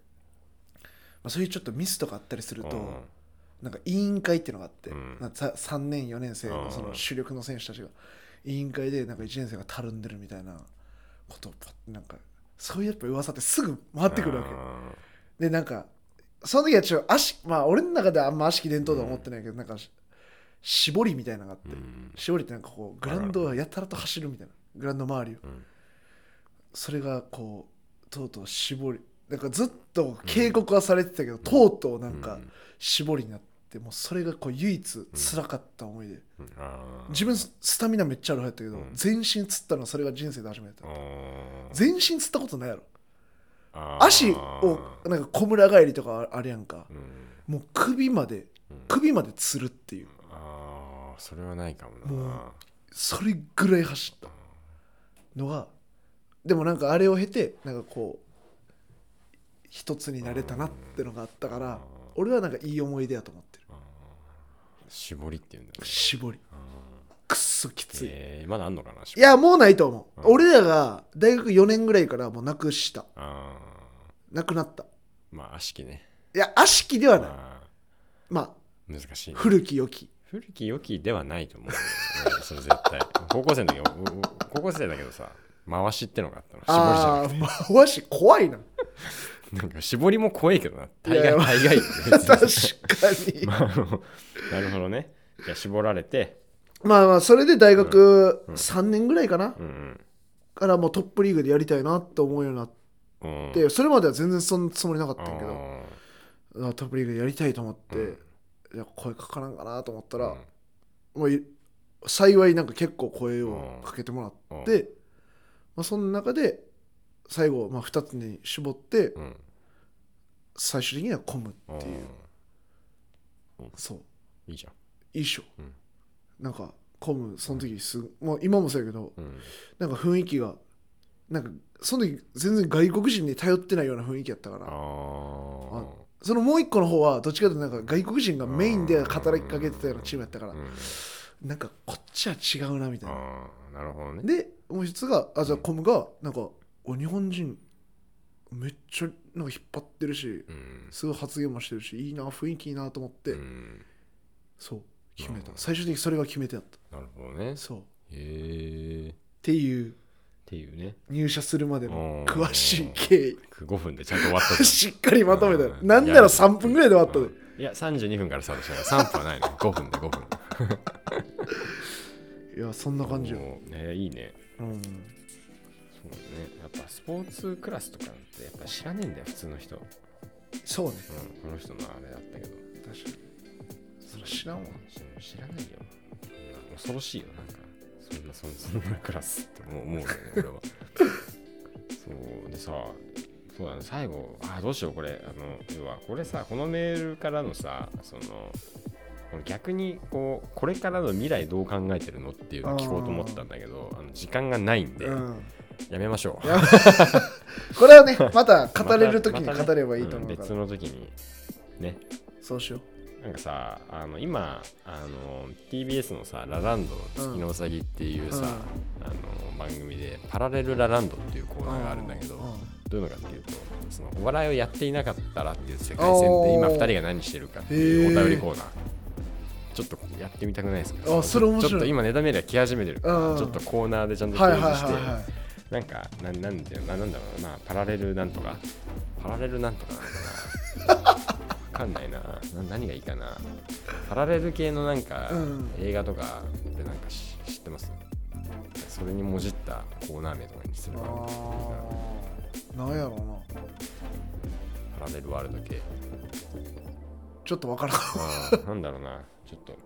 Speaker 1: まあ、そういうちょっとミスとかあったりすると、
Speaker 2: うん
Speaker 1: なんか委員会っていうのがあって、
Speaker 2: うん
Speaker 1: なんかさ3年4年生
Speaker 2: う
Speaker 1: の
Speaker 2: ん
Speaker 1: その主力の選手たちが委員会でなんか1年生がたるんでるみたいなことをパッなんかそういうやっぱ噂ってすぐ回ってくるわけ
Speaker 2: うん
Speaker 1: でなんかその時はちょっと足まあ俺の中ではあんま悪しき伝統とは思ってないけど、なんかし絞りみたいなのがあって、
Speaker 2: うん
Speaker 1: 絞りってなんかこうグラウンドをやたらと走るみたいなグラウンド周りを
Speaker 2: うん
Speaker 1: それがこうとうとう絞りなんかずっと警告はされてたけど、とうとうなん
Speaker 2: う
Speaker 1: か
Speaker 2: ん
Speaker 1: 絞りになってもうそれがこう唯一辛かった思いで、
Speaker 2: うんあー
Speaker 1: 自分ススタミナめっちゃある方やったけど、
Speaker 2: うん
Speaker 1: 全身つったのそれが人生で初めてだった、
Speaker 2: あー
Speaker 1: 全身つったことないやろ
Speaker 2: あー
Speaker 1: 足をなんか小村帰りとかあれやんか
Speaker 2: うん
Speaker 1: もう首まで
Speaker 2: うん
Speaker 1: 首までつるっていう
Speaker 2: あーそれはないかもな
Speaker 1: もうそれぐらい走ったのがでもなんかあれを経てなんかこう一つになれたなってのがあったから俺はなんかいい思い出やと思ってる
Speaker 2: 絞りっていうんだね
Speaker 1: 絞りくっそきつい、
Speaker 2: えーまだあんのかな絞
Speaker 1: い
Speaker 2: り
Speaker 1: やもうないと思う、
Speaker 2: うん
Speaker 1: 俺らが大学4年ぐらいからもうなくした
Speaker 2: あ
Speaker 1: なくなった
Speaker 2: ーまあ悪しきね
Speaker 1: いや悪しきではない
Speaker 2: あ
Speaker 1: まあ
Speaker 2: ー難しいね
Speaker 1: 古き良き
Speaker 2: 古き良きではな いと思うよねそれ絶対高校生の時おお高校生だけどさ回しってのがあったの絞りじゃな
Speaker 1: あ
Speaker 2: く
Speaker 1: あ
Speaker 2: て
Speaker 1: ー回し怖 いな
Speaker 2: なんか絞りも怖いけどな。大
Speaker 1: いやい
Speaker 2: 概、
Speaker 1: や
Speaker 2: 大概よね。
Speaker 1: 確かに
Speaker 2: まああのなるほどね。いや絞られて、
Speaker 1: まあまあそれで大学3年ぐらいかな、
Speaker 2: うん
Speaker 1: からもうトップリーグでやりたいなと思うようになっ
Speaker 2: うん。うん
Speaker 1: て、それまでは全然そんなつもりなかったんやけど
Speaker 2: あ
Speaker 1: あトップリーグでやりたいと思って、
Speaker 2: うん
Speaker 1: いや声かからんかなと思った
Speaker 2: ー
Speaker 1: ら、もうい幸いなんか結構声をかけてもら
Speaker 2: うん
Speaker 1: って、まあ、その中で最後、まあ、2つに絞って
Speaker 2: うん。
Speaker 1: 最終的には込む
Speaker 2: うん
Speaker 1: っていう、そう
Speaker 2: いいじゃん。
Speaker 1: いいっしょ、
Speaker 2: うん
Speaker 1: なんか混むその時すぐもう今もそうやけど
Speaker 2: うん。
Speaker 1: なんか雰囲気がなんかその時全然外国人に頼ってないような雰囲気やったか
Speaker 2: あ
Speaker 1: ら
Speaker 2: あ。
Speaker 1: そのもう一個の方はどっちかというとなんか外国人がメインで働きかけてたようなチームやったから
Speaker 2: うん
Speaker 1: なんかこっちは違うなみたいな
Speaker 2: ああ、なるほどね。
Speaker 1: でもう一つがあじゃあコムがなんかお日本人めっちゃなんか引っ張ってるし
Speaker 2: うん。
Speaker 1: すごい発言もしてるしいいな雰囲気いいなと思って、
Speaker 2: うん
Speaker 1: そう決めた
Speaker 2: うん
Speaker 1: 最終的にそれが決めてやった
Speaker 2: なるほどね。
Speaker 1: そうっ
Speaker 2: へえ。って
Speaker 1: いう
Speaker 2: ていうね。
Speaker 1: 入社するまで
Speaker 2: う
Speaker 1: の
Speaker 2: ん
Speaker 1: 詳しい経緯
Speaker 2: 5分でちゃんと終わったじゃん
Speaker 1: しっかりまとめたよ
Speaker 2: うん
Speaker 1: なんなら3分ぐらいで終わったで、
Speaker 2: うんいや、32分からスタートしたから3分はないの。5分で5分。
Speaker 1: いやそ んな感じよ、
Speaker 2: おーえーいいね。
Speaker 1: うん、
Speaker 2: そうだね、やっぱスポーツクラスとかってやっぱ知らねえんだよ普通の人、うん、
Speaker 1: そうね
Speaker 2: この人のあれだったけど
Speaker 1: 確かにそれ知らんわ
Speaker 2: 知知らないようん恐ろしいよなんかそんなそんそんな クラスってもう思うよね俺はそうでさそうだね最後あーどうしようこれあの要はこれさこのメールからのさそのこの逆にこうこれからの未来どう考えてるのっていうのを聞こうと思ったんだけどあの時間がないんで、
Speaker 1: うん、
Speaker 2: やめましょう
Speaker 1: これは ねまた語れる時に語ればいいと思う
Speaker 2: ま
Speaker 1: か
Speaker 2: た
Speaker 1: ら、
Speaker 2: ねん別の時にね
Speaker 1: そうしよ
Speaker 2: なんかさあの今あの TBS のさ「ラランドの月のうさぎ」っていうさ、
Speaker 1: うん
Speaker 2: あの番組で「パラレルラランド」っていうコ
Speaker 1: う
Speaker 2: ーナーがあるんだけど、
Speaker 1: う
Speaker 2: どういうのかっていうとそのお笑いをやっていなかったらっていう世界線で今
Speaker 1: おー
Speaker 2: 2人が何してるかっていう
Speaker 1: へー
Speaker 2: お便りコーナーちょっとやってみたくないですか
Speaker 1: あそれ面白い
Speaker 2: ちょっと今ネタメールが来始めてるから、
Speaker 1: うん
Speaker 2: ちょっとコーナーでちゃんと
Speaker 1: はい
Speaker 2: 提
Speaker 1: はいはい
Speaker 2: 示して、
Speaker 1: は
Speaker 2: なんか、ななんていうのななんだろうな、まあ、パラレルなんとか、パラレルなんとかなのかな。わかんないなな。何がいいかな。パラレル系のなんか、
Speaker 1: うん
Speaker 2: 映画とかでなんかし知ってますそれにもじったコーナー名とかにす
Speaker 1: い
Speaker 2: ればいいな
Speaker 1: あーなんやろうな
Speaker 2: パラレルワールド系。
Speaker 1: ちょっとわからん
Speaker 2: あーなんだろうな。ちょっと、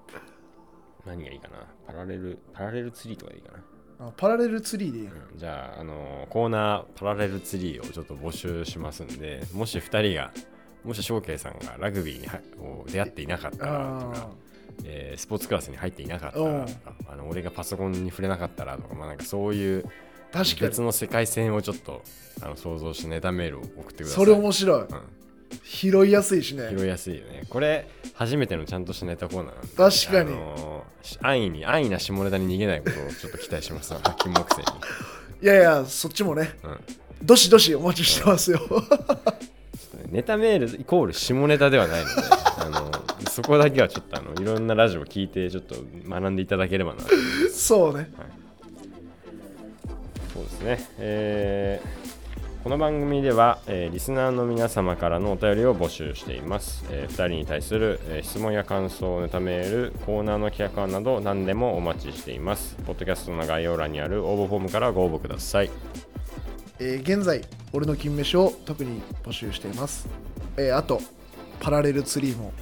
Speaker 2: 何がいいかな。パラレル、パラレルツリーとかでいいかな。
Speaker 1: あパラレルツリーでいいやん
Speaker 2: うんじゃあ、あのーコーナーパラレルツリーをちょっと募集しますんで、もし2人が、もし翔慶さんがラグビーにはを出会っていなかったらとか
Speaker 1: あ、
Speaker 2: えースポーツクラスに入っていなかったらとか、あの俺がパソコンに触れなかったらとか、まあ、なんかそういう
Speaker 1: ー確かに
Speaker 2: 別の世界線をちょっとあの想像してネタメールを送ってくださ
Speaker 1: そ
Speaker 2: い。
Speaker 1: れ面白い
Speaker 2: うん
Speaker 1: 拾いやすいしね
Speaker 2: 拾いやすいよね。これ、初めてのちゃんとしたネタコーナーなんで、
Speaker 1: 確かに
Speaker 2: あのーし安易に、安易な下ネタに逃げないことをちょっと期待します。 金木犀に。
Speaker 1: いやいやそっちもね
Speaker 2: うん
Speaker 1: どしどしお待ちしてますよ
Speaker 2: ネタメールイコール下ネタではないのであのそこだけはちょっとあのいろんなラジオを聞いてちょっと学んでいただければなと
Speaker 1: そうね
Speaker 2: そうですねえこの番組では、えーリスナーの皆様からのお便りを募集しています、え2人に対する、えー質問や感想をネタメールコーナーの企画案など何でもお待ちしていますポッドキャストの概要欄にある応募フォームからご応募ください
Speaker 1: えー現在俺の金飯を特に募集しています、えーあとパラレルツリーも、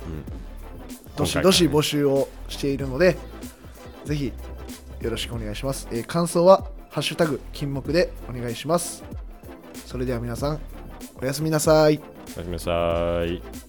Speaker 1: どしどし募集をしているのでぜひよろしくお願いします、えー感想は「ハッシュタグ金目」でお願いしますそれでは皆さんおやすみなさい
Speaker 2: おやすみなさい